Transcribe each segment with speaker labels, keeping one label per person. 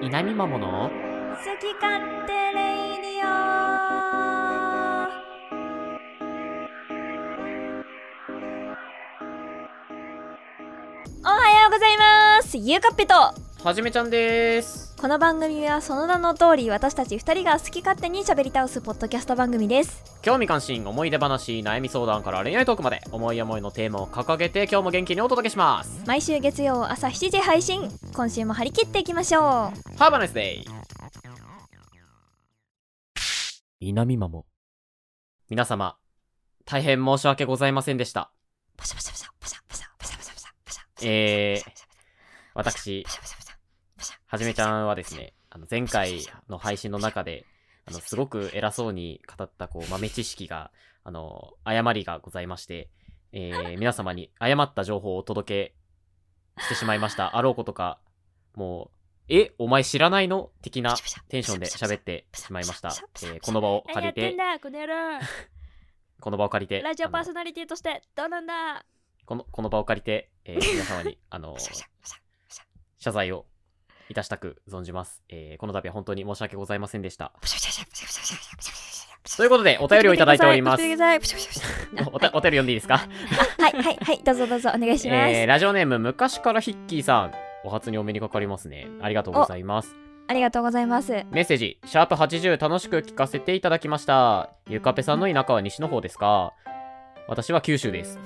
Speaker 1: 稲見まもの
Speaker 2: 好き勝手レイディオおはようございますゆうかっぺと
Speaker 1: はじめちゃんです
Speaker 2: この番組はその名の通り私たち二人が好き勝手に喋り倒すポッドキャスト番組です
Speaker 1: 興味関心思い出話悩み相談から恋愛トークまで思い思いのテーマを掲げて今日も元気にお届けします
Speaker 2: 毎週月曜朝7時配信今週も張り切っていきましょう
Speaker 1: ハーバナイスデイ稲見まも皆様大変申し訳ございませんでした
Speaker 2: パシャパシャパシャパシャパシャパシャパシャパシャパシャパシャ
Speaker 1: えー
Speaker 2: パシャパシャ
Speaker 1: 私
Speaker 2: パシャパシャパシャパシャ
Speaker 1: はじめちゃんはですねあの前回の配信の中であのすごく偉そうに語ったこう豆知識があの誤りがございまして、えー 皆様に誤った情報をお届けしてしまいましたあろうことかもう「えお前知らないの?」的なテンションで喋ってしまいました、えーこの場を
Speaker 2: 何
Speaker 1: 借り
Speaker 2: やって
Speaker 1: て
Speaker 2: んだこの野郎
Speaker 1: この場を借りて
Speaker 2: ラジオパ
Speaker 1: あ
Speaker 2: ー
Speaker 1: の
Speaker 2: ソナリティとしてどうなんだ
Speaker 1: このこの場を借りて、 えー皆様にあの
Speaker 2: パシャパシャパシャ
Speaker 1: 謝罪をいたしたく存じます、えーこの度は本当に申し訳ございませんでした
Speaker 2: パシャパシャパシャパシャパシャパシャパシャパシャ
Speaker 1: ということでお便りをいただいております
Speaker 2: お便りくださいパシャパシャパシャ
Speaker 1: おおたお便り読んでいいですか
Speaker 2: はいはいはいどうぞどうぞお願いします、
Speaker 1: えーラジオネーム昔からヒッキーさんお初にお目にかかりますねありがとうございます
Speaker 2: ありがとうございます
Speaker 1: メッセージシャープ80楽しく聞かせていただきましたゆかぺさんの田舎は西の方ですか私は九州です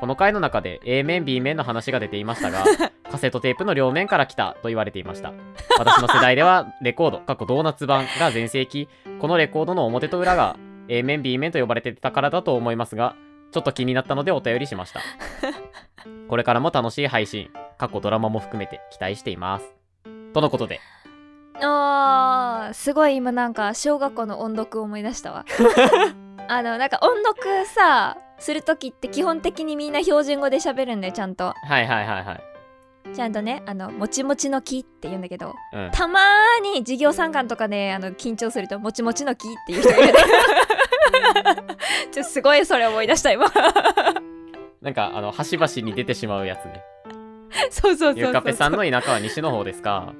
Speaker 1: この回の中で A 面 B 面の話が出ていました がカセットテープの両面から来たと言われていました私の世代ではレコード過去ドーナツ版が全盛期このレコードの表と裏が A 面 B 面と呼ばれてたからだと思いますがちょっと気になったのでお便りしま したこれからも楽しい配信過去ドラマも含めて期待していますとのことで
Speaker 2: あーすごい今なんか小学校の音読を思い出したわあのなんか音読さする時って基本的にみんな標準語で喋るんだよちゃんと
Speaker 1: はいはいはいはい
Speaker 2: ちゃんとねあの「もちもちの木」って言うんだけど
Speaker 1: うん
Speaker 2: たまーに授業参観とかであの緊張すると「もちもちの木」っていう人いるね ちょすご いそれ思い出した今
Speaker 1: なんかあの端々に出てしまうやつね
Speaker 2: そうそうそうそう
Speaker 1: ゆかぺさんの田舎は西の方ですか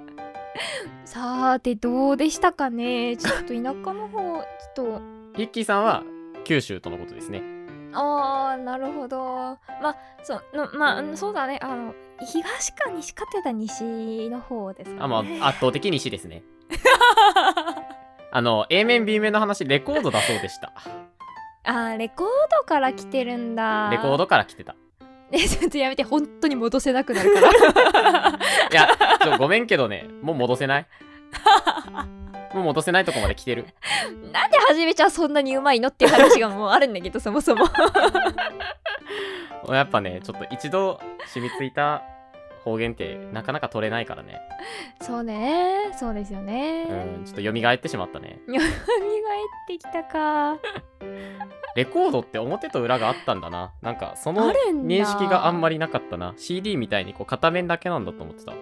Speaker 2: さーてどうでしたかねちょっと田舎の方ちょっと
Speaker 1: ヒッキーさんは九州とのことですね
Speaker 2: あーなるほどまあそうのまあうんそうだねあの東か西かって言ったら西の方ですかね
Speaker 1: あ、まあ、圧倒的に西です ね。あの、A 面、B 面の話、レコードだそうでした。
Speaker 2: あーレコードから来てるんだ
Speaker 1: レコードから来てた。
Speaker 2: え ちょっとやめて本当に戻せなくなるから
Speaker 1: いや、ちょごめんけどね、もう戻せ ない。もう戻せないとこまで来てる。
Speaker 2: なんではじめちゃんそんなにうまいのっていう話がもうあるんだけどそもそも
Speaker 1: やっぱね、ちょっと一度染みついた方言ってなかなか取れないからね。
Speaker 2: そうねそうですよね
Speaker 1: うん、ちょっと蘇ってしまったね。
Speaker 2: 蘇ってきたか
Speaker 1: レコードって表と裏があったんだな。なんか、そ
Speaker 2: あ
Speaker 1: の
Speaker 2: るんだ
Speaker 1: 認識があんま
Speaker 2: り
Speaker 1: りなかったな。CD みたいにこう片面だけなんだと思ってた。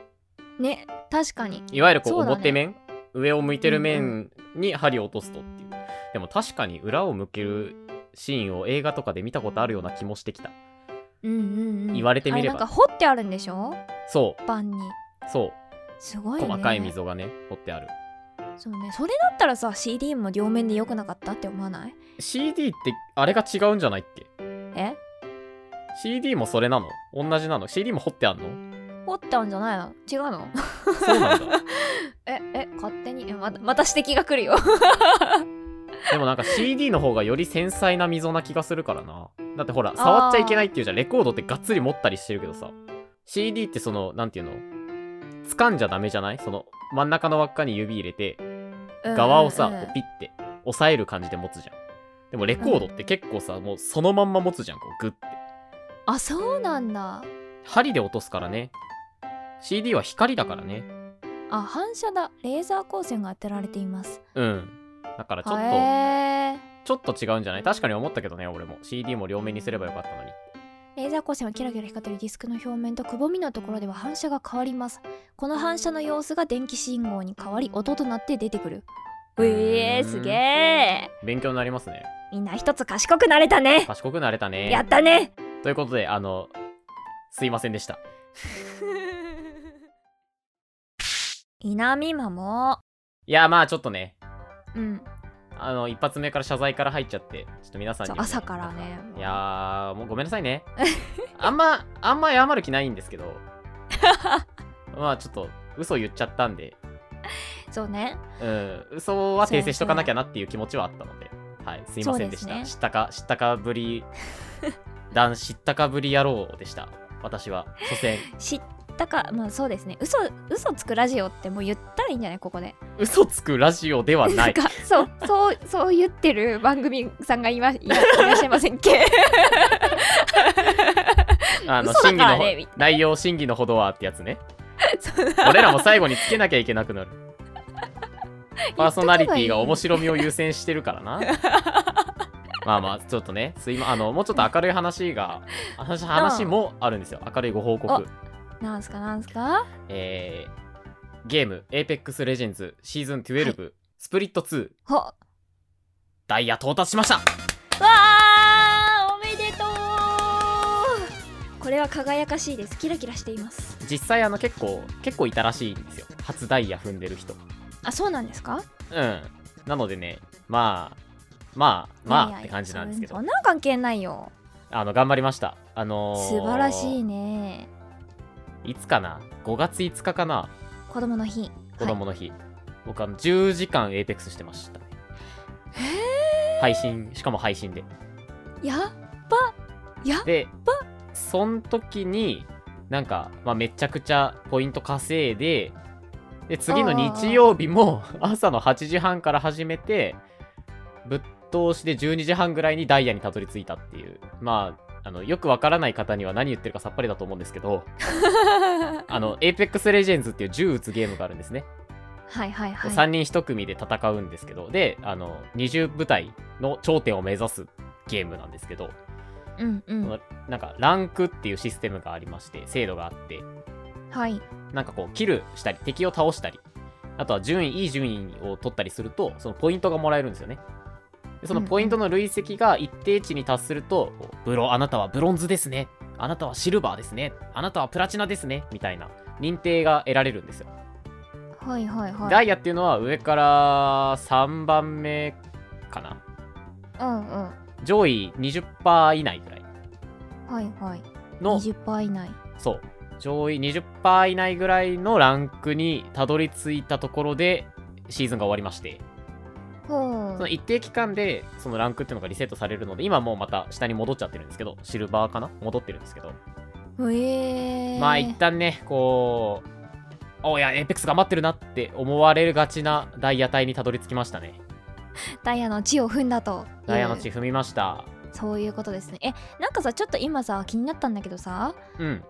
Speaker 2: ね確かに
Speaker 1: いわゆるこう
Speaker 2: そうだね
Speaker 1: 表面、上を向いてる
Speaker 2: う
Speaker 1: 面に針を落とすとっていう。でも確かに裏を向けるシーンを映画とかで見たことあるような気もしてきた。
Speaker 2: うんうん、うん、
Speaker 1: 言われてみれば
Speaker 2: あなんか掘ってあるんでしょ
Speaker 1: そ
Speaker 2: 盤に
Speaker 1: う、そう、
Speaker 2: すごいね
Speaker 1: 細かい溝がね、掘ってある。
Speaker 2: そうねそれだったらさ CD も両面で良くなかったって思わない
Speaker 1: CD ってあれが違うんじゃないっけ
Speaker 2: え
Speaker 1: ?CD もそれなの同じなの ?CD も掘ってあんの
Speaker 2: 掘ったんじゃないの違うの
Speaker 1: そうなんだ。
Speaker 2: ええ勝手にえまたまた指摘が来るよ
Speaker 1: でもなんか CD の方がより繊細な溝な気がするからな。だってほら、触っちゃいけないっていうじゃん。レコードってがっつり持ったりしてるけどさ。CD ってその、なんていうの掴んじゃダメじゃないその、真ん中の輪っかに指入れて、 側をさ、
Speaker 2: うんうんうん
Speaker 1: こうピッて、押さえる感じで持つじゃん。でもレコードって結構さ、もうそのまんま持つじゃん、こうグッて。
Speaker 2: あそうなんだ
Speaker 1: 針で落とすからね。CD は光だからね。
Speaker 2: あ反射だレーザー光線が当てられています
Speaker 1: うん。だからちょっ
Speaker 2: へ
Speaker 1: と、
Speaker 2: え
Speaker 1: ちょっと違うんじゃない確かに思ったけどね、俺も。CD も両面にすればよかったのに。
Speaker 2: レーザー光線はキラキラ光ってるディスクの表面とくぼみのところでは反射が変わりますこの反射の様子が電気信号に変わり音となって出てくるうえーすげえ
Speaker 1: 勉強になりますね。
Speaker 2: みんな一つ賢くなれたね
Speaker 1: 賢くなれたね。
Speaker 2: やったね
Speaker 1: ということで、あの、すいませんでした。
Speaker 2: 稲見マも
Speaker 1: いやまあちょっとね
Speaker 2: うん
Speaker 1: あの一発目から謝罪から入っちゃってちょっと皆さんに
Speaker 2: そう
Speaker 1: もね
Speaker 2: 朝からね
Speaker 1: いやーもうごめんなさい ねあんまあんま謝る気ないんですけど まあちょっと嘘言っちゃったんで
Speaker 2: そうね
Speaker 1: うん嘘は訂正しとかなきゃなっていう気持ちはあったのではいすいませんでし
Speaker 2: そう
Speaker 1: た、
Speaker 2: です
Speaker 1: 知ったか知ったかぶり男知ったかぶり野郎でした私は所詮
Speaker 2: 知ったかまあそうですね嘘嘘つくラジオってもう言ったらいいんじゃないここで
Speaker 1: 嘘つくラジオではなんい
Speaker 2: かそうそうそう言ってる番組さんがいまいらいらっしゃいませんっけ
Speaker 1: あの
Speaker 2: 嘘だ
Speaker 1: 審議
Speaker 2: から
Speaker 1: の
Speaker 2: ねみたいな
Speaker 1: 内容審議のほどはってやつね
Speaker 2: そう
Speaker 1: 俺らも最後につけなきゃいけなくな るパーソナリティが面白みを優先してるから なまあまあちょっとねすいまあのもうちょっと明るい話が話話もあるんですよ明るいご報
Speaker 2: あ
Speaker 1: 告
Speaker 2: なんすかなんすか
Speaker 1: えーゲーム「Apex Legends シーズン12、スプリット2
Speaker 2: ほわ
Speaker 1: ダイヤ到達しました
Speaker 2: あおめでとうこれは輝かしいですキラキラしています
Speaker 1: 実際あの結構結構いたらしいんですよ初ダイヤ踏んでる人
Speaker 2: あそうなんですか
Speaker 1: うんなのでねまあまあまあって感じなんですけ
Speaker 2: そ
Speaker 1: ど
Speaker 2: んなの関係ないよ
Speaker 1: あの頑張りましたあのー
Speaker 2: 素晴らしいね
Speaker 1: いつかな5月5日かな
Speaker 2: 子供の日
Speaker 1: 子供
Speaker 2: は
Speaker 1: の日、僕あの10時間 APEX してましたね
Speaker 2: いへ
Speaker 1: 配信しかも配信で
Speaker 2: えやっばや
Speaker 1: でそん時になんか、まあ、めちゃくちゃポイント稼いでで次の日曜日も朝の8時半から始めてぶっ通しで12時半ぐらいにダイヤにたどり着いたっていうまああのよくわからない方には何言ってるかさっぱりだと思うんですけど あの APEX レジェンズっていう銃撃つゲームがあるんですね
Speaker 2: はいはいはい
Speaker 1: 3人1組で戦うんですけどであの20部隊の頂点を目指すゲームなんですけど
Speaker 2: うんうん
Speaker 1: なんかランクっていうシステムがありまして制度があって
Speaker 2: はい
Speaker 1: なんかこうキルしたり敵を倒したりあとは順位いい順位を取ったりするとそのポイントがもらえるんですよねでそのポイントの累積が一定値に達するとこうブロあなたはブロンズですねあなたはシルバーですねあなたはプラチナですねみたいな認定が得られるんですよ
Speaker 2: はいはいはい
Speaker 1: ダイヤっていうのは上から3番目かな
Speaker 2: うんうん
Speaker 1: 上位20%以内ぐらい
Speaker 2: はいはい
Speaker 1: の
Speaker 2: 20%以内
Speaker 1: そう上位20%以内ぐらいのランクにたどり着いたところでシーズンが終わりまして
Speaker 2: ほ
Speaker 1: そうの一定期間でそのランクっていうのがリセットされるので今もうまた下に戻っちゃってるんですけどシルバーかな戻ってるんですけど、
Speaker 2: へえ
Speaker 1: まあ一旦ねこうおいやエイペックス頑張ってるなって思われがちなダイヤ帯にたどり着きましたね
Speaker 2: ダイヤの地を踏んだという
Speaker 1: ダイヤの地踏みました
Speaker 2: そういうことですねえなんかさちょっと今さ気になったんだけどさ
Speaker 1: うん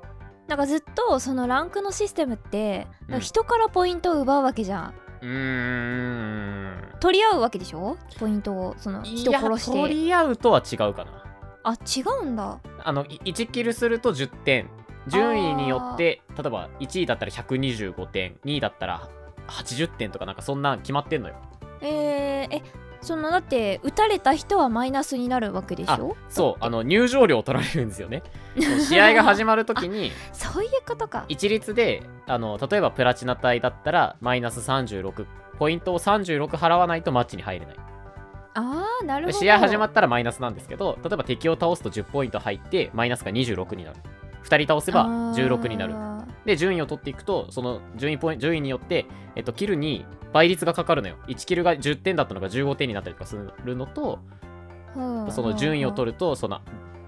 Speaker 2: なんかずっとそのランクのシステムって
Speaker 1: うん
Speaker 2: なんか人からポイントを奪うわけじゃ
Speaker 1: う
Speaker 2: ん、
Speaker 1: ーん
Speaker 2: 取り合うわけでしょポイントをその人殺し
Speaker 1: いや取
Speaker 2: て
Speaker 1: り合うとは違うかな
Speaker 2: あ違うんだ
Speaker 1: あのい1キルすると10点順位によって例えば1位だったら125点2位だったら80点とかなんかそんなん決まってんのよ
Speaker 2: えー、えそのだって撃たれた人はマイナスになるわけでしょ
Speaker 1: そうあの入場料取られるんですよね試合が始まるとき に
Speaker 2: そういうことか
Speaker 1: 一律であの例えばプラチナ帯だったらマイナス36ポイントを36払わないとマッチに入れない
Speaker 2: ああなるほ
Speaker 1: で
Speaker 2: ど
Speaker 1: 試合始まったらマイナスなんですけど例えば敵を倒すと10ポイント入ってマイナスが26になる2人倒せば16になる
Speaker 2: あ
Speaker 1: で順位を取っていくとその順位ポイン順位によって、えっと、キルに倍率がかかるのよ1キルが10点だったのが15点になったりとかするのと
Speaker 2: ーほう
Speaker 1: その順位を取るとその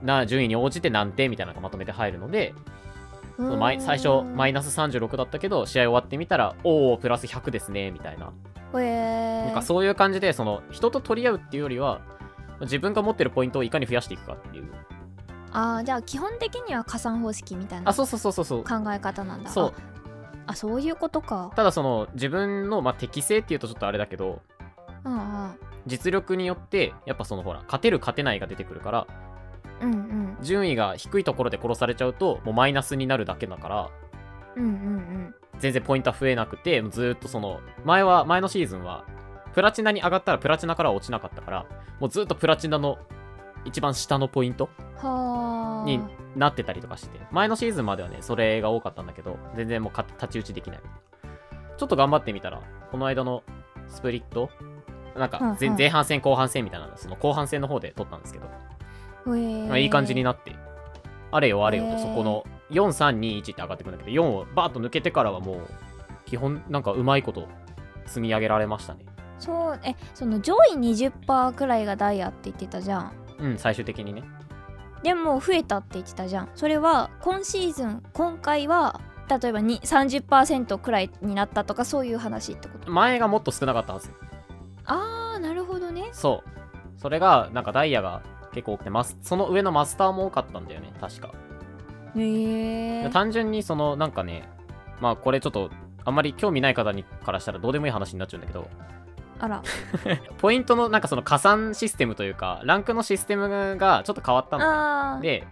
Speaker 1: な順位に応じて何点みたいなのがまとめて入るので
Speaker 2: ほう
Speaker 1: そ
Speaker 2: ほう
Speaker 1: のマイ最初マイ
Speaker 2: ナ
Speaker 1: ナス36だったけど試合終わってみたらおおプラス100ですねみたいな
Speaker 2: えー、
Speaker 1: なんかそういう感じでその人と取り合うっていうよりは自分が持ってるポイントをいかに増やしていくかっていう
Speaker 2: あーじゃあ基本的には加算方式みたいな
Speaker 1: あそ
Speaker 2: 考
Speaker 1: うそうそうそうそう
Speaker 2: え方なんだ
Speaker 1: そう
Speaker 2: ああそういうことか
Speaker 1: ただその自分の、まあ、適性っていうとちょっとあれだけど
Speaker 2: うんうん
Speaker 1: 実力によってやっぱそのほら勝てる勝てないが出てくるから
Speaker 2: うんうん
Speaker 1: 順位が低いところで殺されちゃうともうマイナスになるだけだから
Speaker 2: うんうん
Speaker 1: 全然ポイントは増えなくてもうずーっとその前は前のシーズンはプラチナに上がったらプラチナからは落ちなかったからもうずーっとプラチナの一番下のポイント
Speaker 2: うんはあ
Speaker 1: になってたりとかして前のシーズンまではねそれが多かったんだけど全然もう勝立ち打ちできないちょっと頑張ってみたらこの間のスプリットなんか前
Speaker 2: うんうん
Speaker 1: 前半戦後半戦みたいなのその後半戦の方で撮ったんですけど、
Speaker 2: うえー
Speaker 1: まあ、いい感じになってあれよあれよ
Speaker 2: へ
Speaker 1: と
Speaker 2: ー
Speaker 1: そこの4321って上がってくるんだけど4をバーッと抜けてからはもう基本なんかうまいこと積み上げられましたね
Speaker 2: そうえその上位20%くらいがダイヤって言ってたじゃん
Speaker 1: うん最終的にね
Speaker 2: でも増えたって言ってたじゃんそれは今シーズン今回は例えばに30%くらいになったとかそういう話ってこと
Speaker 1: 前がもっと少なかったはず
Speaker 2: ああなるほどね
Speaker 1: そうそれがなんかダイヤが結構多くてマスその上のマスターも多かったんだよね確か
Speaker 2: へえー、
Speaker 1: 単純にそのなんかねまあこれちょっとあんまり興味ない方にからしたらどうでもいい話になっちゃうんだけど
Speaker 2: あら
Speaker 1: ポイントのなんかその加算システムというかランクのシステムがちょっと変わったの
Speaker 2: あー
Speaker 1: で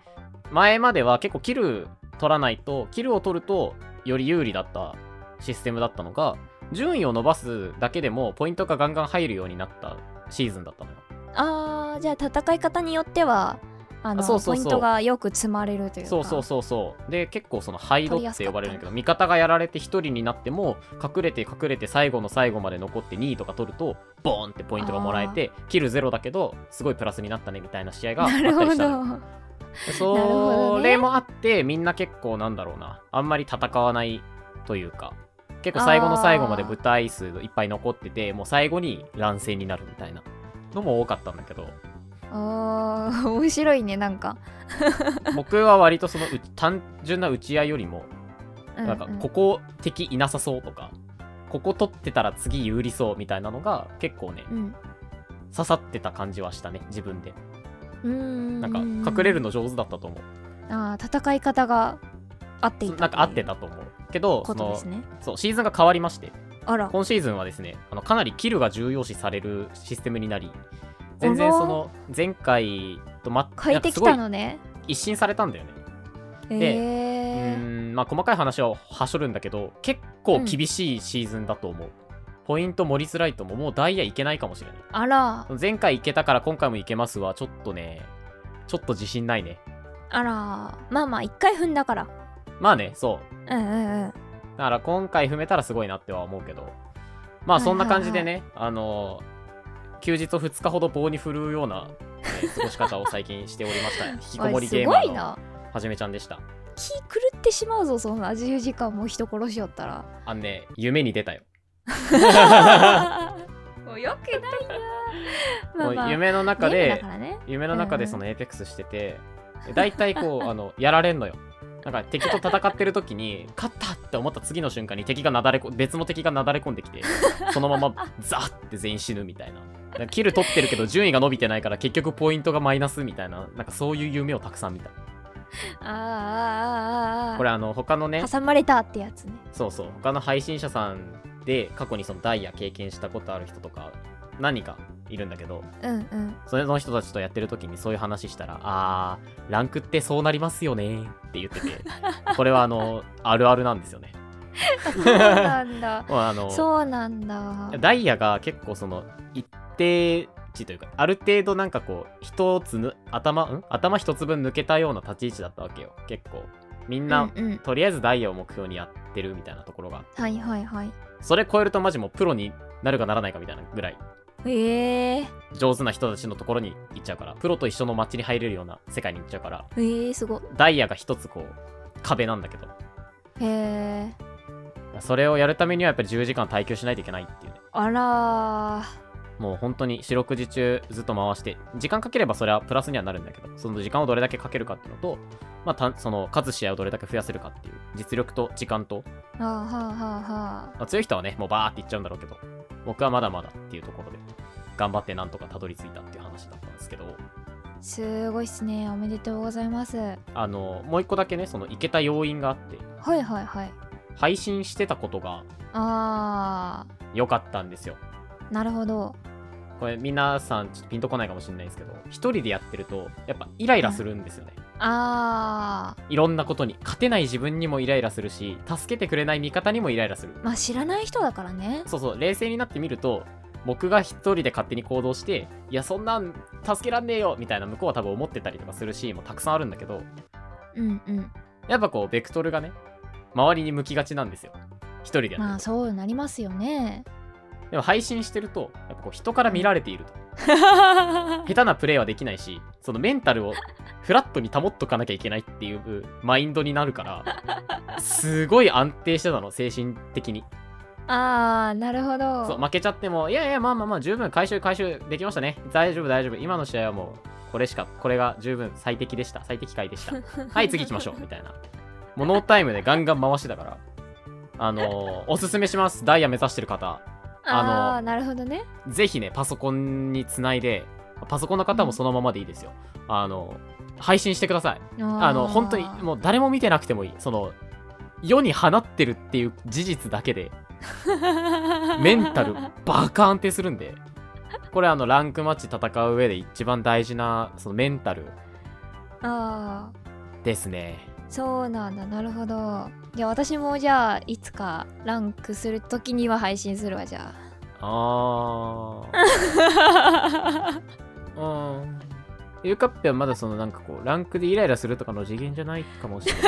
Speaker 1: 前までは結構キル取らないとキルを取るとより有利だったシステムだったのが順位を伸ばすだけでもポイントがガンガン入るようになったシーズンだったのよ
Speaker 2: あーじゃあ戦い方によってはあの
Speaker 1: あそうそうそう
Speaker 2: ポイントがよく積まれるというか
Speaker 1: そうそうそうそうで結構そのハイド
Speaker 2: 取りや
Speaker 1: っ
Speaker 2: すか
Speaker 1: て
Speaker 2: った
Speaker 1: 呼ばれるんだけど味方がやられて1人になっても隠れて隠れて最後の最後まで残って2位とか取るとボーンってポイントがもらえてキルゼロだけどすごいプラスになったねみたいな試合があっ
Speaker 2: な
Speaker 1: たり
Speaker 2: るほ
Speaker 1: したのよ
Speaker 2: どなるほど
Speaker 1: そ
Speaker 2: ね
Speaker 1: れもあってみんな結構なんだろうなあんまり戦わないというか結構最後の最後まで舞台数いっぱい残っててもう最後に乱戦になるみたいなのも多かったんだけど
Speaker 2: あー 面白いねなんか、
Speaker 1: 僕は割とそのう単純な打ち合いよりも
Speaker 2: うん
Speaker 1: なんかここ敵いなさそうとかここ取ってたら次有利そうみたいなのが結構ね
Speaker 2: うん
Speaker 1: 刺さってた感じはしたね自分で
Speaker 2: うん
Speaker 1: なんか隠れるの上手だったと思う
Speaker 2: あー戦い方が合っていた
Speaker 1: なんか合ってたと思うけど
Speaker 2: こ
Speaker 1: そ
Speaker 2: とで
Speaker 1: の
Speaker 2: すね
Speaker 1: そうシーズンが変わりまして
Speaker 2: あら
Speaker 1: 今シーズンはですねあのかなりキルが重要視されるシステムになり全然その前回とま
Speaker 2: 変えてきた
Speaker 1: なんか
Speaker 2: のね
Speaker 1: すごい一新されたんだよね
Speaker 2: へ
Speaker 1: でう
Speaker 2: えー
Speaker 1: ーんまあ細かい話ははしょるんだけど結構厳しいシーズンだと思う、ポイント盛りづらいとももうダイヤいけないかもしれない
Speaker 2: あら
Speaker 1: 前回行けたから今回も行けますはちょっとねちょっと自信ないね
Speaker 2: あらまあまあ一回踏んだから
Speaker 1: まあねそう
Speaker 2: うんうんうん
Speaker 1: だから今回踏めたらすごいなっては思うけどまあそんな感じでね、あの休日を2日ほど棒に振るうような、えー過ごし方を最近しておりました引きこも
Speaker 2: おい
Speaker 1: り
Speaker 2: す
Speaker 1: ゲーム
Speaker 2: ごい
Speaker 1: の
Speaker 2: な
Speaker 1: はじめちゃんでした
Speaker 2: 気狂ってしまうぞそんな自由時間も人殺しよっ たら
Speaker 1: あのね夢に出たよ
Speaker 2: もうよくないなま
Speaker 1: も
Speaker 2: あ、
Speaker 1: う
Speaker 2: まあ、
Speaker 1: 夢の中
Speaker 2: ゲームだ
Speaker 1: で
Speaker 2: からね
Speaker 1: 夢の中で
Speaker 2: うん
Speaker 1: そのエーペックスしてて、大体こうあのやられんのよなんか敵と戦ってる時に勝ったって思った次の瞬間に敵がなだれこ別の敵がなだれ込んできてそのままザッって全員死ぬみたいなだからキル取ってるけど順位が伸びてないから結局ポイントがマイナスみたいななんかそういう夢をたくさん見た
Speaker 2: あーあーあーあー
Speaker 1: これあの他のね
Speaker 2: 挟まれたってやつね
Speaker 1: そうそう他の配信者さんで過去にそのダイヤ経験したことある人とか何人かいるんだけど
Speaker 2: うん うん
Speaker 1: それの人たちとやってる時にそういう話したら「あーランクってそうなりますよね」って言っててこれはあの あるあるなんですよね。
Speaker 2: そうなんだ
Speaker 1: まああの
Speaker 2: そうなんだ
Speaker 1: ダイヤが結構その一定値というかある程度なんかこう一つぬ頭ん頭一つ分抜けたような立ち位置だったわけよ結構みんな、
Speaker 2: うんうん、
Speaker 1: とりあえずダイヤを目標にやってるみたいなところが
Speaker 2: はいはいはい
Speaker 1: それ超えるとマジもうプロになるかならないかみたいなぐらい
Speaker 2: ええ
Speaker 1: 上手な人たちのところに行っちゃうからプロと一緒の街に入れるような世界に行っちゃうから
Speaker 2: ー、えー、すごい
Speaker 1: ダイヤが一つこう壁なんだけど
Speaker 2: へえ
Speaker 1: それをやるためにはやっぱり10時間耐久しないといけないっていうね
Speaker 2: あらー
Speaker 1: もう本当に四六時中ずっと回して時間かければそれはプラスにはなるんだけどその時間をどれだけかけるかっていうのと、まあ、たその勝つ試合をどれだけ増やせるかっていう実力と時間と、
Speaker 2: あーはあはあはあ
Speaker 1: まあ、強い人はねもうバーっていっちゃうんだろうけど僕はまだまだっていうところで頑張ってなんとかたどり着いたっていう話だったんですけど
Speaker 2: すごいっすねおめでとうございますは
Speaker 1: あのもう一個だけねそのいけた要因があって
Speaker 2: いはいはい
Speaker 1: 配信してたことが
Speaker 2: あ
Speaker 1: 良かったんですよ
Speaker 2: ーなるほど
Speaker 1: これ皆さんちょっとピンとこないかもしれないですけど一人でやってるとやっぱイライラするんですよね、
Speaker 2: あ
Speaker 1: いろんなことに勝てない自分にもイライラするし助けてくれない味方にもイライラする
Speaker 2: ーまあ知らない人だからね
Speaker 1: そうそう冷静になってみると僕が一人で勝手に行動していやそんなん助けらんねえよみたいな向こうは多分思ってたりとかするシーンもたくさんあるんだけど
Speaker 2: うんうん
Speaker 1: やっぱこうベクトルがね周りに向きがちなんですよ一一人でやってる
Speaker 2: まあそうなります よね
Speaker 1: でも配信してるとやっぱこう人から見られていると下手なプレーはできないしそのメンタルをフラットに保っとかなきゃいけないっていうマインドになるからすごい安定してたの精神的に
Speaker 2: ああなるほど
Speaker 1: そう負けちゃってもいやいやまあまあまあ十分回収回収できましたね大丈夫大丈夫今の試合はもうこれしかこれが十分最適でした最適解でしたはい次行きましょうみたいなもうノータイムでガンガン回してたからあのーおすすめしますダイヤ目指してる方あの
Speaker 2: ああーなるほどね
Speaker 1: ぜひね、パソコンにつないで、パソコンの方もそのままでいいですよ。あの、配信してください。あの、本当にもう誰も見てなくてもいい。その、世に放ってるっていう事実だけで、メン タルバカ安定するんで、これあの、ランクマッチ戦う上で一番大事な、そのメンタル
Speaker 2: ああ
Speaker 1: ですね。
Speaker 2: そうなんだなるほどじゃあ私もじゃあいつかランクするときには配信するわじゃ
Speaker 1: あ
Speaker 2: あ
Speaker 1: ー。うん。ゆうかっぺはまだそのなんかこう、ランクでイライラするとかの次元じゃないかもしれ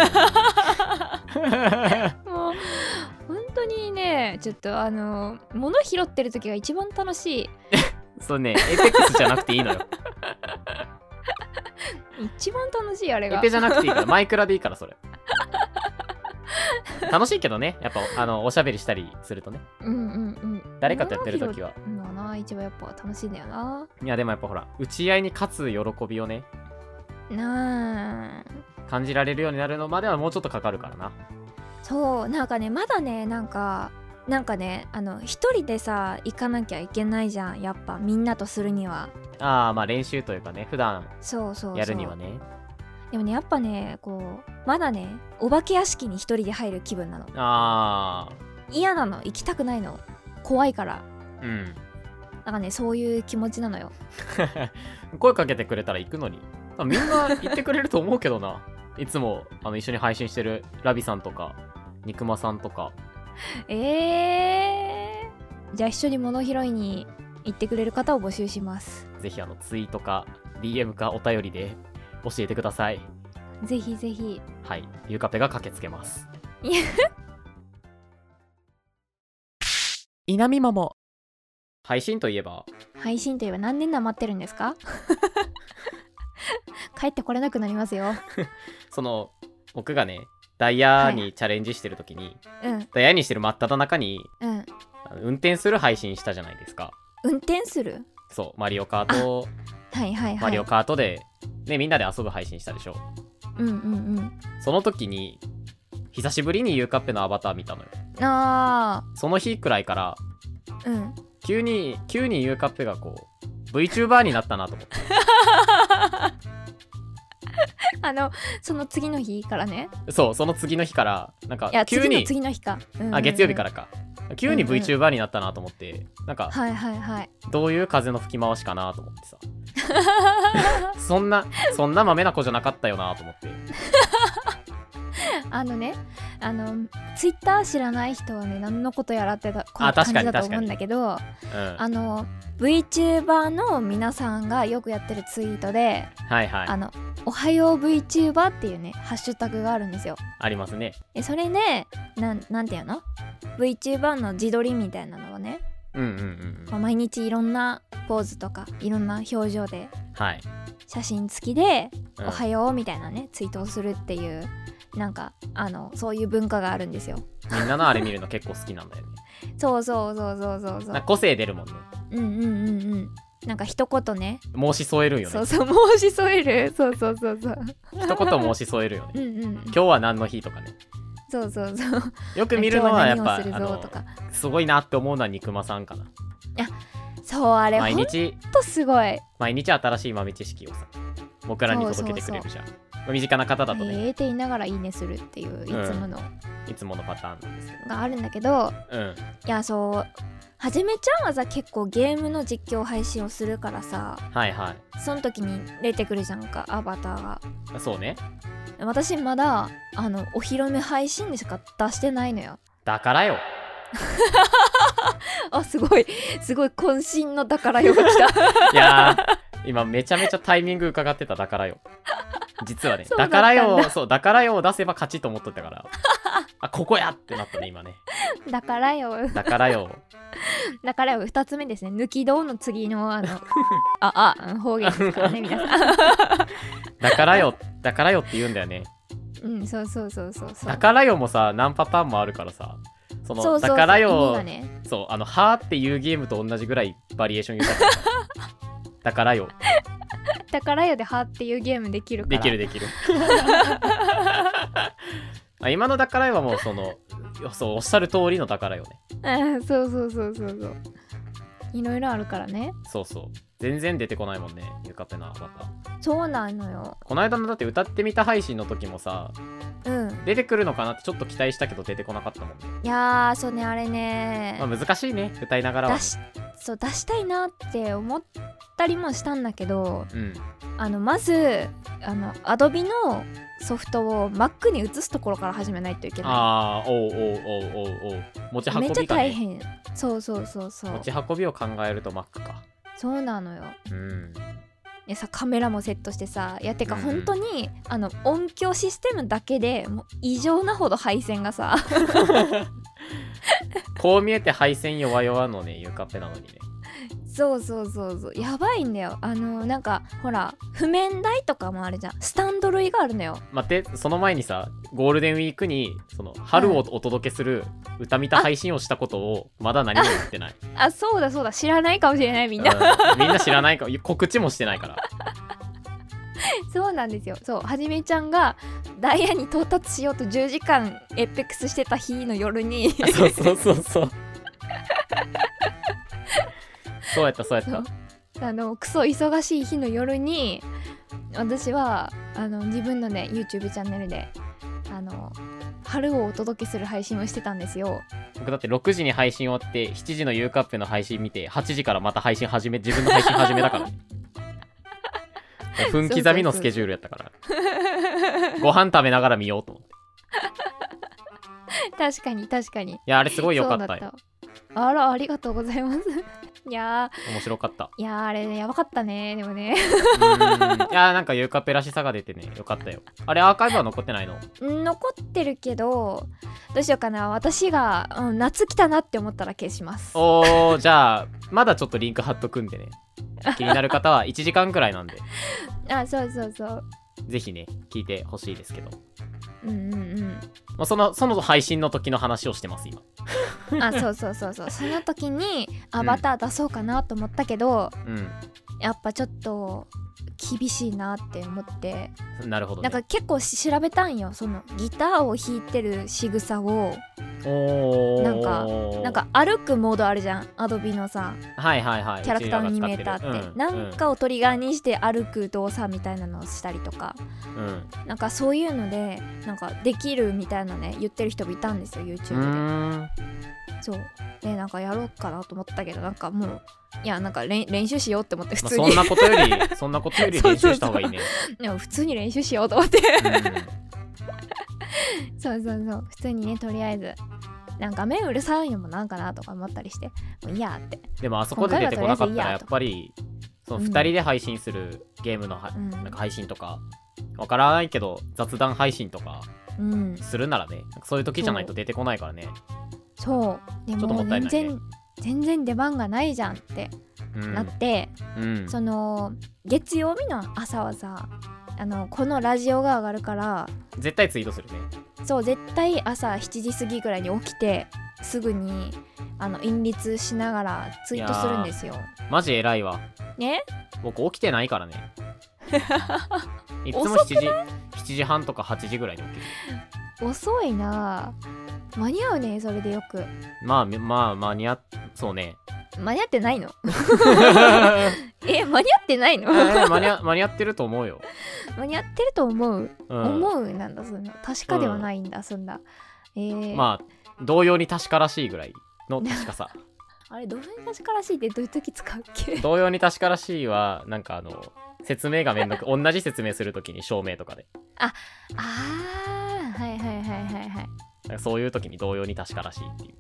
Speaker 1: ない。
Speaker 2: もう本当にねちょっとあの物拾ってる時が一番楽しい
Speaker 1: そうね、エペックスじゃなくていいのよ。
Speaker 2: 一番楽しいあれ
Speaker 1: エ
Speaker 2: が
Speaker 1: ペじゃなくていいからマイクラでいいから それ楽しいけどねやっぱあのおしゃべりしたりするとね
Speaker 2: うんうんうん
Speaker 1: 誰かとやってる時は
Speaker 2: 物拾うのな一番やっぱ楽しいんだよない
Speaker 1: やでもやっぱほら打ち合いに勝つ喜びをね
Speaker 2: なあ
Speaker 1: 感じられるようになるのまではもうちょっとかかるからな
Speaker 2: そうなんかねまだねなんかなんかねあの一人でさ行かなきゃいけないじゃんやっぱみんなとするには
Speaker 1: あーまあ練習というかね普段
Speaker 2: そうそうそう
Speaker 1: やるにはね
Speaker 2: でもねやっぱねこうまだねお化け屋敷に一人で入る気分なの
Speaker 1: あ
Speaker 2: 嫌なの行きたくないの怖いから
Speaker 1: ーうん
Speaker 2: なんかねそういう気持ちなのよ
Speaker 1: 声かけてくれたら行くのにあみんな行ってくれると思うけどないつもあの一緒に配信してるラビさんとか肉まさんとか
Speaker 2: えー、じゃあ一緒に物拾いに行ってくれる方を募集します
Speaker 1: ぜひあのツイートか DM かお便りで教えてください
Speaker 2: ぜひぜひ
Speaker 1: はい、ゆかぺが駆けつけます。 稲見桃。配信といえば、
Speaker 2: 配信といえば何年なまってるんですか 帰ってこれなくなりますよ
Speaker 1: その僕がね、ダイヤにチャレンジしてる時に、
Speaker 2: うん
Speaker 1: ダイヤにしてる真っ只中に
Speaker 2: うん
Speaker 1: あの運転する配信したじゃないですか。
Speaker 2: 運転する
Speaker 1: そう、マリオカート、
Speaker 2: はいはいはい
Speaker 1: マリオカートで、ね、みんなで遊ぶ配信したでしょ。
Speaker 2: うんうん
Speaker 1: その時に、久しぶりにゆかっぺのアバター見たのよ。
Speaker 2: うんあ
Speaker 1: その日くらいから、
Speaker 2: ーうん
Speaker 1: 急に、急にゆかっぺがこう、VTuber になったなと思って。
Speaker 2: あのその次の日からね
Speaker 1: そう、その次の日から、なんか
Speaker 2: いや
Speaker 1: 急
Speaker 2: 次の
Speaker 1: に、
Speaker 2: 次の日か、うんうんうん
Speaker 1: あ、月曜日からか。急に
Speaker 2: うんうん
Speaker 1: VTuber になったなと思って、なんか、
Speaker 2: はいはいはい
Speaker 1: どういう風の吹き回しかなと思ってさ。 そんな、そんな豆な子じゃなかったよなと思って。
Speaker 2: あのねあのツイッター知らない人はね何のことやらってたこ
Speaker 1: あ
Speaker 2: 感
Speaker 1: 確
Speaker 2: じ
Speaker 1: かに
Speaker 2: だと思うんだけど
Speaker 1: うん。
Speaker 2: あの VTuber の皆さんがよくやってるツイートで
Speaker 1: はい
Speaker 2: 「
Speaker 1: はい。
Speaker 2: あ
Speaker 1: あ
Speaker 2: のおはよう VTuber」っていうねハッシュタグがあるんですよ。
Speaker 1: りますね。
Speaker 2: でそれでなんなんていうの ?VTuber の自撮りみたいなのをね、
Speaker 1: うんうんうんう
Speaker 2: まあ
Speaker 1: ん。
Speaker 2: 毎日いろんなポーズとかいろんな表情で
Speaker 1: はい。
Speaker 2: 写真付きで
Speaker 1: うん
Speaker 2: 「おはよう」みたいなねツイートをするっていうなんかあのそういう文化があるんですよ。
Speaker 1: みんなのあれ見るの結構好きなんだよね。
Speaker 2: そうそうそうそうそうそ
Speaker 1: なん
Speaker 2: う
Speaker 1: か。個性出るもんね。
Speaker 2: うんうんうんうん。なんか一言ね。
Speaker 1: 申し添えるよ
Speaker 2: そ
Speaker 1: ね
Speaker 2: う。そう申し添える。そうそうそうそう。
Speaker 1: 一言申し添えるよ
Speaker 2: う
Speaker 1: ね。
Speaker 2: んうんうん。
Speaker 1: 今日は何の日とかね。
Speaker 2: そうそうそう。
Speaker 1: よく見るのはやっぱ、あ
Speaker 2: 今日は何をするぞ
Speaker 1: の
Speaker 2: と、か。
Speaker 1: すごいなって思うのは肉まさんかな。
Speaker 2: そうあれ
Speaker 1: 毎
Speaker 2: ほん
Speaker 1: 日、
Speaker 2: とすごい。
Speaker 1: 毎日新しい豆知識をさ僕らに届けてくれるじゃんまあ身近な方だとね、
Speaker 2: ええって言いながらいいねするっていういつもの
Speaker 1: いつものパターンなんですけど
Speaker 2: があるんだけど、
Speaker 1: うん
Speaker 2: いやそう。はじめちゃんはさ結構ゲームの実況配信をするからさ
Speaker 1: はいはい
Speaker 2: その時に出てくるじゃんかアバターが
Speaker 1: そうね
Speaker 2: 私まだあのお披露目配信でしか出してないのよ
Speaker 1: だからよ
Speaker 2: あすごいすごい渾身の だからよが来
Speaker 1: い
Speaker 2: た
Speaker 1: やー今めちゃめちゃタイミング伺ってただからよ実はね
Speaker 2: そうだ
Speaker 1: だ
Speaker 2: った
Speaker 1: か
Speaker 2: んだ
Speaker 1: らよそうだからよを出せば勝ちと思っとったからあここやってなったね今ね
Speaker 2: だからよ
Speaker 1: だからよ
Speaker 2: だからよ2つ目ですね抜き道の次のあの ああ方言ですから ね皆さん
Speaker 1: だからよだからよって言うんだよね
Speaker 2: うんそうそうそうそうそう
Speaker 1: だからよもさ何パターンもあるからさその
Speaker 2: そうそうそ
Speaker 1: だ
Speaker 2: う
Speaker 1: から
Speaker 2: 意味
Speaker 1: よ
Speaker 2: がね
Speaker 1: そうあの「は」っていうゲームと同じぐらいバリエーション 豊かだからだからよ
Speaker 2: だからよではっていうゲームできるから
Speaker 1: できるできるあ今の「だからよ」はもうそのそうおっしゃる通りの「だからよ」ね
Speaker 2: うん そうそうそうそうそういろいろあるからね
Speaker 1: そうそう全然出てこないもんねゆかぺなまた
Speaker 2: そうなのよ
Speaker 1: この間のだって歌ってみた配信の時もさ
Speaker 2: うん
Speaker 1: 出てくるのかなってちょっと期待したけど出てこなかったもんね、
Speaker 2: いやーそうねあれね
Speaker 1: まあ、難しいね歌いながらは
Speaker 2: 出しそう出したいなって思ったりもしたんだけど
Speaker 1: うん
Speaker 2: あのまずあの Adobe のソフトを Mac に移すところから始めないといけな
Speaker 1: ああおうおうおうおうおう持ち
Speaker 2: い
Speaker 1: 運
Speaker 2: めっちゃ
Speaker 1: びが、
Speaker 2: 大
Speaker 1: ね、
Speaker 2: 変そうそうそうそ
Speaker 1: 持
Speaker 2: う
Speaker 1: ち運びを考えると Mac か
Speaker 2: そうなのよ
Speaker 1: うん
Speaker 2: いやさカメラもセットしてさいやてか
Speaker 1: うん
Speaker 2: 本当に、あの音響システムだけでもう異常なほど配線がさ
Speaker 1: こう見えて配線弱々のねゆかぺなのにね
Speaker 2: そうそうそうそうやばいんだよあのなんかほら譜面台とかもあるじゃんスタンド類があるのよ
Speaker 1: 待ってその前にさゴールデンウィークにその春をお届けする歌見た配信をしたことをまだ何も言ってない、
Speaker 2: あそうだそうだ知らないかもしれないみんな
Speaker 1: うんみんな知らないか告知もしてないから
Speaker 2: そうなんですよそうはじめちゃんがダイヤに到達しようと10時間エッペックスしてた日の夜に
Speaker 1: そうそうそうそう。そうやったそうやった。
Speaker 2: あのクソ忙しい日の夜に私はあの自分のね YouTube チャンネルであの春をお届けする配信をしてたんですよ
Speaker 1: 僕だって6時に配信終わって7時の U カップの配信見て8時からまた配信始め自分の配信始めだ からね。分刻みのスケジュールやったから。ご飯食べながら見ようと思って。
Speaker 2: 確かに確かに
Speaker 1: いやあれすごい良か
Speaker 2: そ
Speaker 1: っ
Speaker 2: うだ
Speaker 1: た
Speaker 2: っ
Speaker 1: よ。
Speaker 2: たあらありがとうございます いや
Speaker 1: 面白か った。
Speaker 2: ーいやーあれねやばかったねでもね
Speaker 1: うーんいやなんか U カップらしさが出てねよかったよ。あれアーカイブは残ってないの
Speaker 2: うん残ってるけどどうしようかな私が、うん、夏来たなって思ったら消します
Speaker 1: おーじゃあまだちょっとリンク貼っとくんでね。気になる方は1時間くらいなんで
Speaker 2: あそうそうそう
Speaker 1: ぜひね聞いてほしいですけど。
Speaker 2: うんうん
Speaker 1: まあ、そのその配信の時の話をしてます今
Speaker 2: うん あそうそうそうそうその時に
Speaker 1: う
Speaker 2: ア
Speaker 1: ん
Speaker 2: バター出そうかなと思ったけど、
Speaker 1: う
Speaker 2: やっぱちょっと厳しいなって思って
Speaker 1: んなるほど、ね、
Speaker 2: なんか結構し調べたんよそのギターを弾いてる仕草を
Speaker 1: おー
Speaker 2: なんかなんか歩くモードあるじゃんアドビのさ
Speaker 1: はいはいはい
Speaker 2: キャラクターの
Speaker 1: う
Speaker 2: 2
Speaker 1: ちら
Speaker 2: メ
Speaker 1: が
Speaker 2: ータ
Speaker 1: 使
Speaker 2: ー
Speaker 1: っ
Speaker 2: ってて、
Speaker 1: る
Speaker 2: なんかをトリガーにして歩く動作みたいなのをしたりとか
Speaker 1: うんうん
Speaker 2: なんかそういうのでなんかできるみたいなね言ってる人もいたんですよ
Speaker 1: う
Speaker 2: YouTube で。
Speaker 1: ーん
Speaker 2: そうでなんかやろうかなと思ったけどなんかもういやなんか練練習しようって思って普
Speaker 1: まあ、
Speaker 2: 通
Speaker 1: そ
Speaker 2: に、
Speaker 1: んなことよりそんなことより練習した方がいいね
Speaker 2: でも普通に練習しようと思って
Speaker 1: うん
Speaker 2: そうそうそう普通にねとりあえずなんか目うるさいのもなんかなとか思ったりしてもういいやって
Speaker 1: でもあそこで出てこなかった
Speaker 2: 今回はとりあえずいい
Speaker 1: ら
Speaker 2: や
Speaker 1: やっぱりその
Speaker 2: うん
Speaker 1: 2人で配信するゲームのは、
Speaker 2: うん
Speaker 1: なんか配信とかわからないけど雑談配信とか
Speaker 2: うん
Speaker 1: するならねそういう時じゃないと出てこないからね
Speaker 2: そう
Speaker 1: ち
Speaker 2: で
Speaker 1: ょっとも
Speaker 2: も
Speaker 1: ったいな
Speaker 2: 全
Speaker 1: いね
Speaker 2: 然、全然出番がないじゃんって
Speaker 1: うん
Speaker 2: なって、
Speaker 1: うん
Speaker 2: その月曜日の朝はさあのこのラジオが上がるから
Speaker 1: 絶対ツイートするね
Speaker 2: そう絶対朝7時過ぎぐらいに起きてすぐにあの隠立しながらツイートするんですよ。
Speaker 1: マジ偉いわ
Speaker 2: ね
Speaker 1: 僕起きてないからね いつも7
Speaker 2: 遅
Speaker 1: 時7時半とか8時ぐらいに起きる
Speaker 2: 遅いなあ間に合うねそれでよく
Speaker 1: まあみまあ間に合っそう ね
Speaker 2: 間に合ってないの
Speaker 1: 間
Speaker 2: え間に合ってないの
Speaker 1: に合間に合ってると思うよ、
Speaker 2: 間に合ってると思う、
Speaker 1: うん、
Speaker 2: 思うなんだそんな確かではないんだ、そんなえー
Speaker 1: まあ同様に確からしいぐらいの確かさ
Speaker 2: あれどういう確からしいってどういう時使うっ け
Speaker 1: 同様に確からしいはなんかあの説明がめんどく同じ説明するときに証明とかで
Speaker 2: あーはいはいはいはいはい
Speaker 1: なんかそういう時に同様に確からしいってい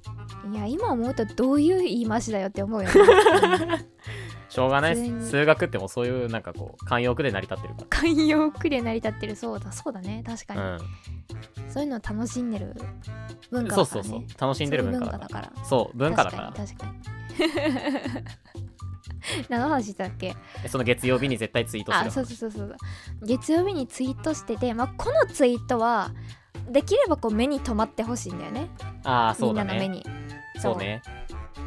Speaker 1: う
Speaker 2: いや今思うとどういう言い回しだよって思うよね、
Speaker 1: しょうがないで
Speaker 2: 普通に
Speaker 1: す数学ってもうそういうなんかこう慣用句で成り立ってるか
Speaker 2: 慣用句で成り立ってるそうだそうだね確かに、
Speaker 1: ら、
Speaker 2: そういうのを楽しんでる
Speaker 1: う
Speaker 2: 文
Speaker 1: ん、
Speaker 2: 化
Speaker 1: そう
Speaker 2: だか
Speaker 1: そ
Speaker 2: ら、ね、
Speaker 1: うそう楽しんでる
Speaker 2: そういう
Speaker 1: 文化
Speaker 2: 文
Speaker 1: だ
Speaker 2: 化
Speaker 1: か
Speaker 2: だ
Speaker 1: ら
Speaker 2: から
Speaker 1: そう文化だから
Speaker 2: 確かに 確かに何の話してたっけ
Speaker 1: その月曜日に絶対ツイートす
Speaker 2: あ
Speaker 1: る
Speaker 2: そうそうそうそう月曜日にツイートしてて、まあ、このツイートはできればこう目に留まってほしいんだよね
Speaker 1: ああそ
Speaker 2: み
Speaker 1: うんだ
Speaker 2: なの目
Speaker 1: ね
Speaker 2: に
Speaker 1: そうね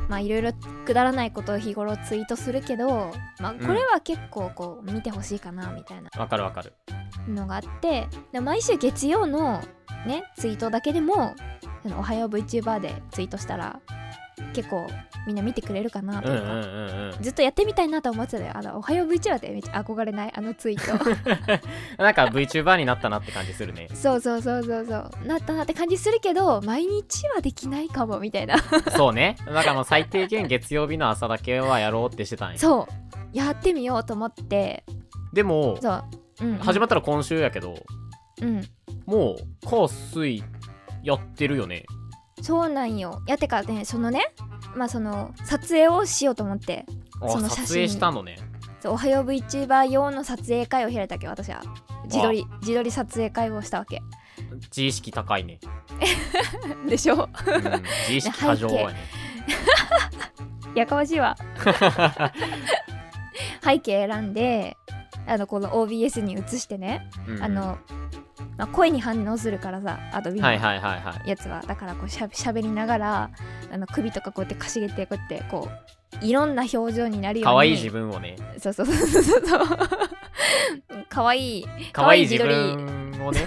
Speaker 2: まあいろいろくだらないことを日頃ツイートするけど、まあ、これは結構こう見てほしいかなみたいな
Speaker 1: わかるわかる
Speaker 2: のがあってで毎週月曜の、ね、ツイートだけでも「あのおはよう VTuber」でツイートしたら結構みんな見てくれるかな
Speaker 1: う
Speaker 2: と
Speaker 1: ん
Speaker 2: か、
Speaker 1: うんうんうん
Speaker 2: ずっとやってみたいなと思ってたよあの「おはよう VTuber」ってめっちゃ憧れないあのツイー ト
Speaker 1: なんか VTuber になったなって感じするね
Speaker 2: そうそうそうそうそうなったなって感じするけど毎日はできないかもみたいな
Speaker 1: そうねだからもう最低限月曜日の朝だけはやろうってしてたんや
Speaker 2: そうやってみようと思って
Speaker 1: でも
Speaker 2: そう、うん、
Speaker 1: 始ま
Speaker 2: っ
Speaker 1: ったら今週やけど
Speaker 2: うん
Speaker 1: もう火水やってるよね
Speaker 2: そうなんよやってからねそのねまあその撮影をしようと思って
Speaker 1: あ
Speaker 2: その写真
Speaker 1: 撮影したのね
Speaker 2: そうおはよう VTuber 用の撮影会を開いたわけ私は自撮り自撮り撮影会をしたわけ
Speaker 1: 自意識高いね、
Speaker 2: でしょ
Speaker 1: うん、 自意識過剰やね
Speaker 2: やかましい わ背景選んであのこの OBS に映してね、
Speaker 1: うん
Speaker 2: あの、まあ、声に反応するからさアドビの
Speaker 1: はい
Speaker 2: や
Speaker 1: はいはいはい
Speaker 2: つは、だからこうしゃしゃべりながらあの首とかこうやってかしげてこうやってこういろんな表情になるように
Speaker 1: 可愛い自分をね
Speaker 2: そうそうそうそうそうそう 可愛い
Speaker 1: 可愛い自
Speaker 2: 可愛い
Speaker 1: 分をね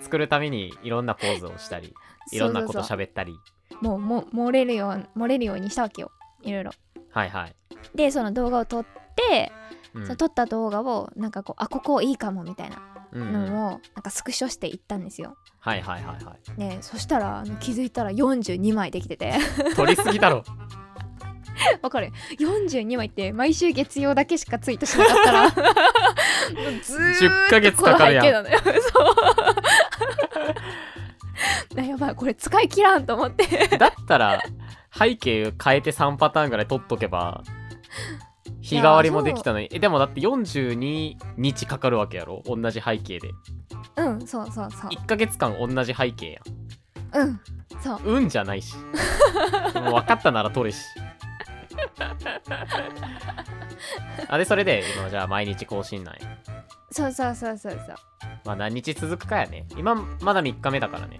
Speaker 1: 作るためにいろんなポーズをした りいろんなこと
Speaker 2: そうそう
Speaker 1: 喋ったり
Speaker 2: そうもうもう漏れるよう漏れるようにしたわけよいろいろ
Speaker 1: はいはい、
Speaker 2: でその動画を撮って、
Speaker 1: うん
Speaker 2: その撮った動画をなんかこうあここいいかもみたいな
Speaker 1: うんうん
Speaker 2: のをなんかスクショしていったんですよ。
Speaker 1: はいはいはいは
Speaker 2: ねそしたらあの気づいたら42枚できてて
Speaker 1: い取りすぎだろ
Speaker 2: わかる42枚って毎週月曜だけしかツイートしなかっ たらもうずー
Speaker 1: 10ヶ月かかるやん
Speaker 2: こ の背景なのよそうやばいこれ使い切らんと思って
Speaker 1: だったら背景変えて3パターンぐらい取っとけば日替わりもできたのにえでもだって42日かかるわけやろ同じ背景で
Speaker 2: うんそうそうそう
Speaker 1: 1ヶ月間同じ背景や
Speaker 2: うんそう
Speaker 1: 運じゃないしもう分かったなら取れしあでそれで今じゃあ毎日更新なんや
Speaker 2: そうそうそうそうそう
Speaker 1: まあ何日続くかやね今まだ3日目だからね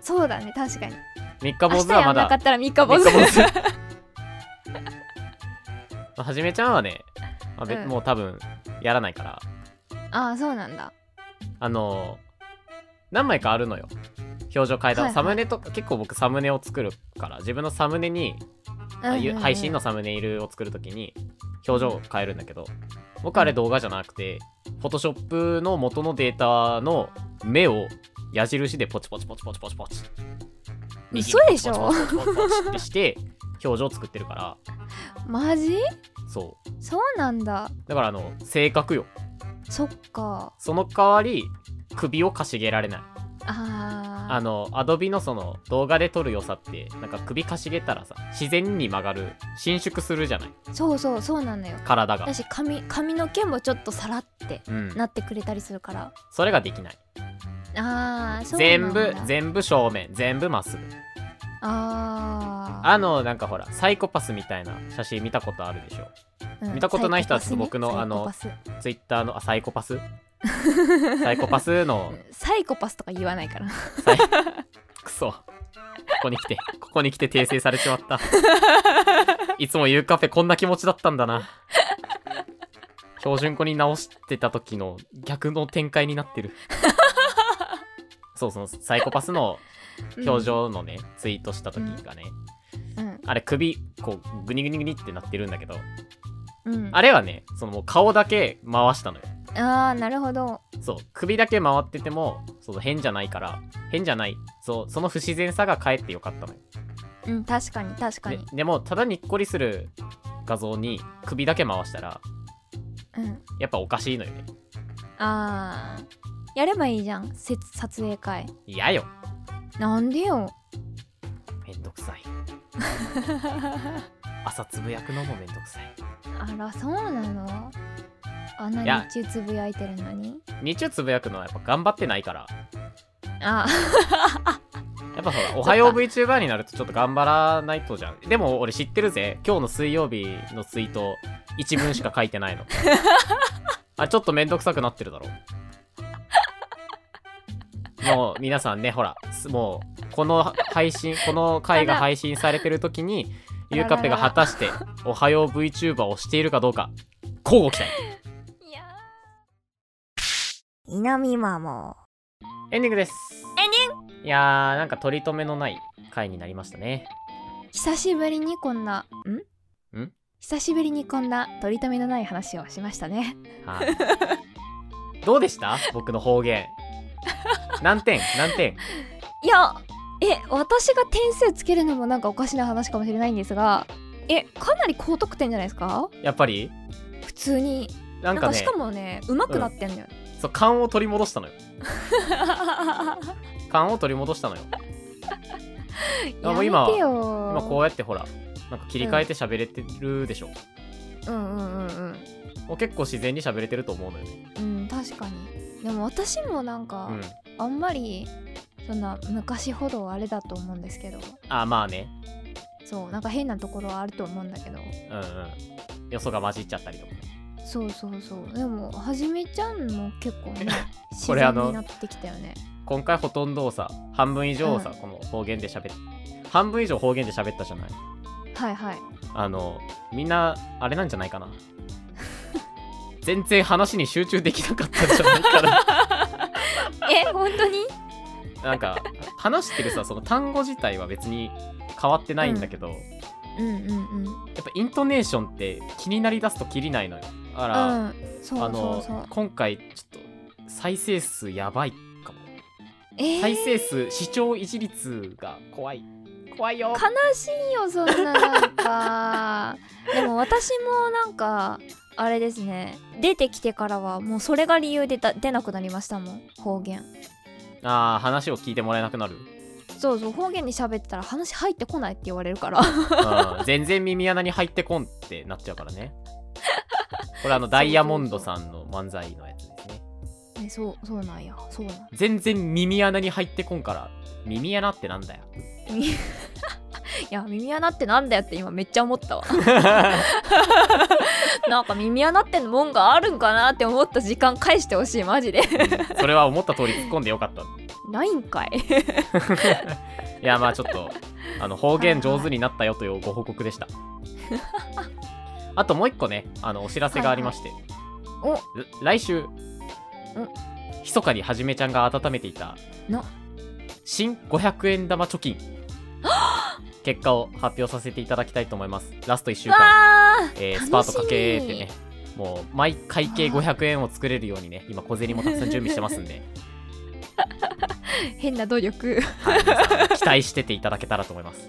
Speaker 2: そうだね確かに
Speaker 1: 3日坊
Speaker 2: 明
Speaker 1: 主
Speaker 2: 日や
Speaker 1: はま
Speaker 2: んなか
Speaker 1: だ
Speaker 2: ったら三日坊
Speaker 1: 三
Speaker 2: 主
Speaker 1: 日坊主 まあはじめちゃんはね、まあべ
Speaker 2: うん
Speaker 1: もう多分やらないから
Speaker 2: ああそうなんだ
Speaker 1: あのー何枚かあるのよ表情変えた、
Speaker 2: はいはい
Speaker 1: サムネとか結構僕サムネを作るから自分のサムネに
Speaker 2: うんうんうん
Speaker 1: ゆ配信のサムネイルを作るときに表情を変えるんだけど僕あれ動画じゃなくて Photoshop の元のデータの目を矢印でポチポチポチポチポチポチ
Speaker 2: 嘘でしょ
Speaker 1: 右にポチポチポチポチポチってして表情を作ってるから
Speaker 2: マジ
Speaker 1: そう
Speaker 2: そうなんだ
Speaker 1: だからあの性格よ
Speaker 2: そっか
Speaker 1: その代わり首をかしげられない
Speaker 2: あー
Speaker 1: あのアドビのその動画で撮る良さってなんか首かしげたらさ自然に曲がる伸縮するじゃない
Speaker 2: そうそうそうなのよ
Speaker 1: 体が
Speaker 2: だし髪髪の毛もちょっとさらって
Speaker 1: うん
Speaker 2: なってくれたりするから
Speaker 1: それができない
Speaker 2: あーそうな
Speaker 1: 全
Speaker 2: ん
Speaker 1: 部
Speaker 2: だ
Speaker 1: 全部正面全部まっすぐ
Speaker 2: あー
Speaker 1: あのなんかほらサイコパスみたいな写真見たことあるでしょ
Speaker 2: うん
Speaker 1: 見たことない人はちょっと僕のあのツイッターのあサイコパ スサイコパスの
Speaker 2: サイコパスとか言わないから
Speaker 1: サイクソここに来てここに来て訂正されちまったいつもゆうカフェこんな気持ちだったんだな標準語に直してた時の逆の展開になってるそうそのサイコパスの表情のね、ツイートした時がね、
Speaker 2: うん
Speaker 1: あれ首こうグニグニグニってなってるんだけど、
Speaker 2: うん
Speaker 1: あれはねそのもう顔だけ回したのよ
Speaker 2: あーなるほど
Speaker 1: そう首だけ回っててもその変じゃないから変じゃないそうその不自然さがかえってよかったのよ
Speaker 2: うん確かに確かに
Speaker 1: ででもただにっこりする画像に首だけ回したら
Speaker 2: うん
Speaker 1: やっぱおかしいのよね
Speaker 2: あーやればいいじゃんせ撮影会
Speaker 1: 嫌よ
Speaker 2: なんでよ
Speaker 1: めんどくさい朝つぶやくのもめんどくさい
Speaker 2: あらそうなのあん
Speaker 1: い
Speaker 2: な
Speaker 1: や
Speaker 2: に日中つぶやいてるのに
Speaker 1: 日中つぶやくのはやっぱ頑張ってないから
Speaker 2: あ
Speaker 1: やっぱほら「おはよう VTuber」になるとちょっと頑張らないとじゃんでも俺知ってるぜ今日の水曜日のツイート一文しか書いてないのあちょっとめんどくさくなってるだろもう皆さんねほらすもうこの配信この回が配信されてる時にゆうかぺが果たして「おはよう VTuber」をしているかどうか交互期待
Speaker 2: いや
Speaker 3: イナミマも
Speaker 1: エンディングです
Speaker 2: エンデ
Speaker 1: ィングいやーなんか取り留めのない回になりましたね
Speaker 2: 久しぶりにこんなん久しぶりにこんな取り留めのない話をしましたね
Speaker 1: はい。どうでした僕の方言。何点何点
Speaker 2: いやえ私が点数つけるのもなんかおかしな話かもしれないんですがえかなり高得点じゃないですか
Speaker 1: やっぱり
Speaker 2: 普通に
Speaker 1: な
Speaker 2: なん
Speaker 1: ん
Speaker 2: か
Speaker 1: かね
Speaker 2: しかもね上手くなってんのよ、
Speaker 1: そう勘を取り戻したのよ。 勘を取り戻したのよ。
Speaker 2: や
Speaker 1: もう
Speaker 2: めて
Speaker 1: 今
Speaker 2: よ
Speaker 1: 今こうやってほら、なんか切り替えて喋れてるでしょ。
Speaker 2: うんうんうんうん
Speaker 1: もう結構自然に喋れてると思うのよね。
Speaker 2: うん確かにでも私もなんか、
Speaker 1: うん。
Speaker 2: あんまりそんな昔ほどあれだと思うんですけど
Speaker 1: あ、まあね。
Speaker 2: そうなんか変なところはあると思うんだけど
Speaker 1: うんうん。よそが混じっちゃったりとか。
Speaker 2: そうそうそうでもはじめちゃんも結構ね自
Speaker 1: これあ
Speaker 2: 然
Speaker 1: の
Speaker 2: になってきたよ ね
Speaker 1: 今回ほとんどをさ、半分以上をさ、
Speaker 2: うん
Speaker 1: この方言で喋っ半分以上方言で喋ったじゃない
Speaker 2: はいはい
Speaker 1: あのみんなあれなんじゃないかな 全然話に集中できなかったんじゃないか な
Speaker 2: え本当に
Speaker 1: なんか話してるさその単語自体は別に変わってないんだけど、や
Speaker 2: うんうんうん
Speaker 1: っぱイントネーションって気になりだすと切りないのよだから、
Speaker 2: うんそう
Speaker 1: あ
Speaker 2: そ
Speaker 1: の
Speaker 2: うそう
Speaker 1: 今回ちょっと再生数やばいかも
Speaker 2: え
Speaker 1: 再
Speaker 2: ー、
Speaker 1: 生数視聴維持率が怖い怖いよ
Speaker 2: 悲しいよそんななん かでも私もなんかあれですね出てきてからはもうそれが理由でだ出なくなりましたもん方言
Speaker 1: あー話を聞いてもらえなくなる、
Speaker 2: そうそう方言に喋ってたら話入ってこないって言われる から
Speaker 1: うん全然耳穴に入ってこんってなっちゃうからね。これあのダイヤモンドさんの漫才のやつですね。
Speaker 2: ねそうそうなんやそう なん
Speaker 1: 全然耳穴に入ってこんから、耳穴ってなんだよ。
Speaker 2: みいや耳穴ってなんだよって今めっちゃ思 ったわなんか耳穴ってのもんがあるんかなって思った時間返してほしいマジで
Speaker 1: それは思った通り突っ込んでよかった。い
Speaker 2: ないん かい
Speaker 1: やまあちょっと、あの方言上手になったよというご報告でした。あともう一個ね、あのお知らせがありまして、
Speaker 2: はいはい
Speaker 1: 来週、密かにはじめちゃんが温めていた
Speaker 2: な
Speaker 1: 新500円玉貯 金結果を発表させていただきたいと思いますラスト1週間、
Speaker 2: わー
Speaker 1: えー
Speaker 2: 楽しみ
Speaker 1: スパートかけーってねもう毎会計500円を作れるようにね今小銭もたくさん準備してますん で、
Speaker 2: 変な努力
Speaker 1: はい、皆さん期待してていただけたらと思います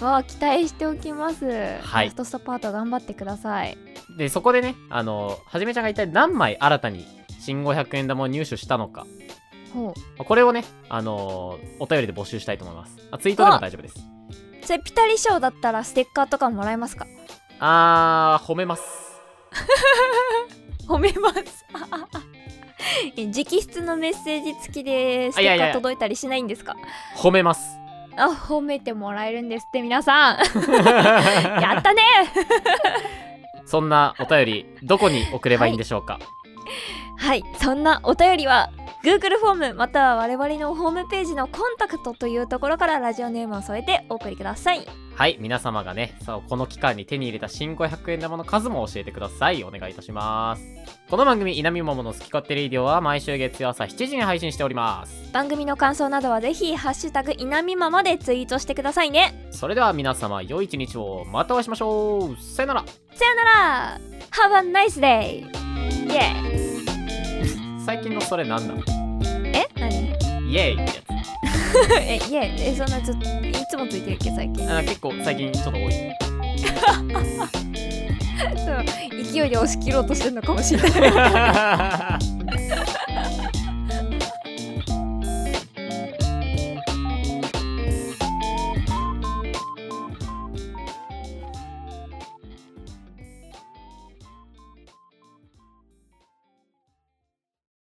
Speaker 2: わあ期待しておきます
Speaker 1: はい
Speaker 2: ラストスパート頑張ってください
Speaker 1: でそこでねあのはじめちゃんが一体何枚新たに新500円玉を入手したのか
Speaker 2: ほ
Speaker 1: これをねあのお便りで募集したいと思いますあツイートでも大丈夫です
Speaker 2: うそれピタリ賞だったらステッカーとかもらえますか
Speaker 1: あー褒めます
Speaker 2: 褒めますえ 直筆のメッセージ付きでス
Speaker 1: あい
Speaker 2: テ
Speaker 1: や
Speaker 2: ッ
Speaker 1: い
Speaker 2: カ
Speaker 1: やいや
Speaker 2: ー届いたりしないんですか
Speaker 1: 褒めます
Speaker 2: あ褒めてもらえるんですって皆 さん やったね
Speaker 1: そんなお便りどこに送ればいいんでしょうか、
Speaker 2: はいそんなお便りは Google フォームまたは我々のホームページのコンタクトというところからラジオネームを添えてお送りください
Speaker 1: はい、皆様がね、さあこの期間に手に入れた新500円玉の数も教えてください。お願いいたします。この番組、稲見桃の好き勝手レイディオは毎週月曜朝7時に配信しております。
Speaker 2: 番組の感想などはぜひハッシュタグいなみままでツイートしてくださいね
Speaker 1: それでは皆様、良い一日をまたお会いしましょう。さよなら。
Speaker 2: さよなら Have a nice day! イエーイ
Speaker 1: 最近のそれなんなの
Speaker 2: え何
Speaker 1: イエーイってや
Speaker 2: えイエーイえそんなずっといつもついてるっけ最近
Speaker 1: つ。あ結構最近ちょっと多い。
Speaker 2: そう勢いで押し切ろうとしてるのかもしれない
Speaker 1: はははは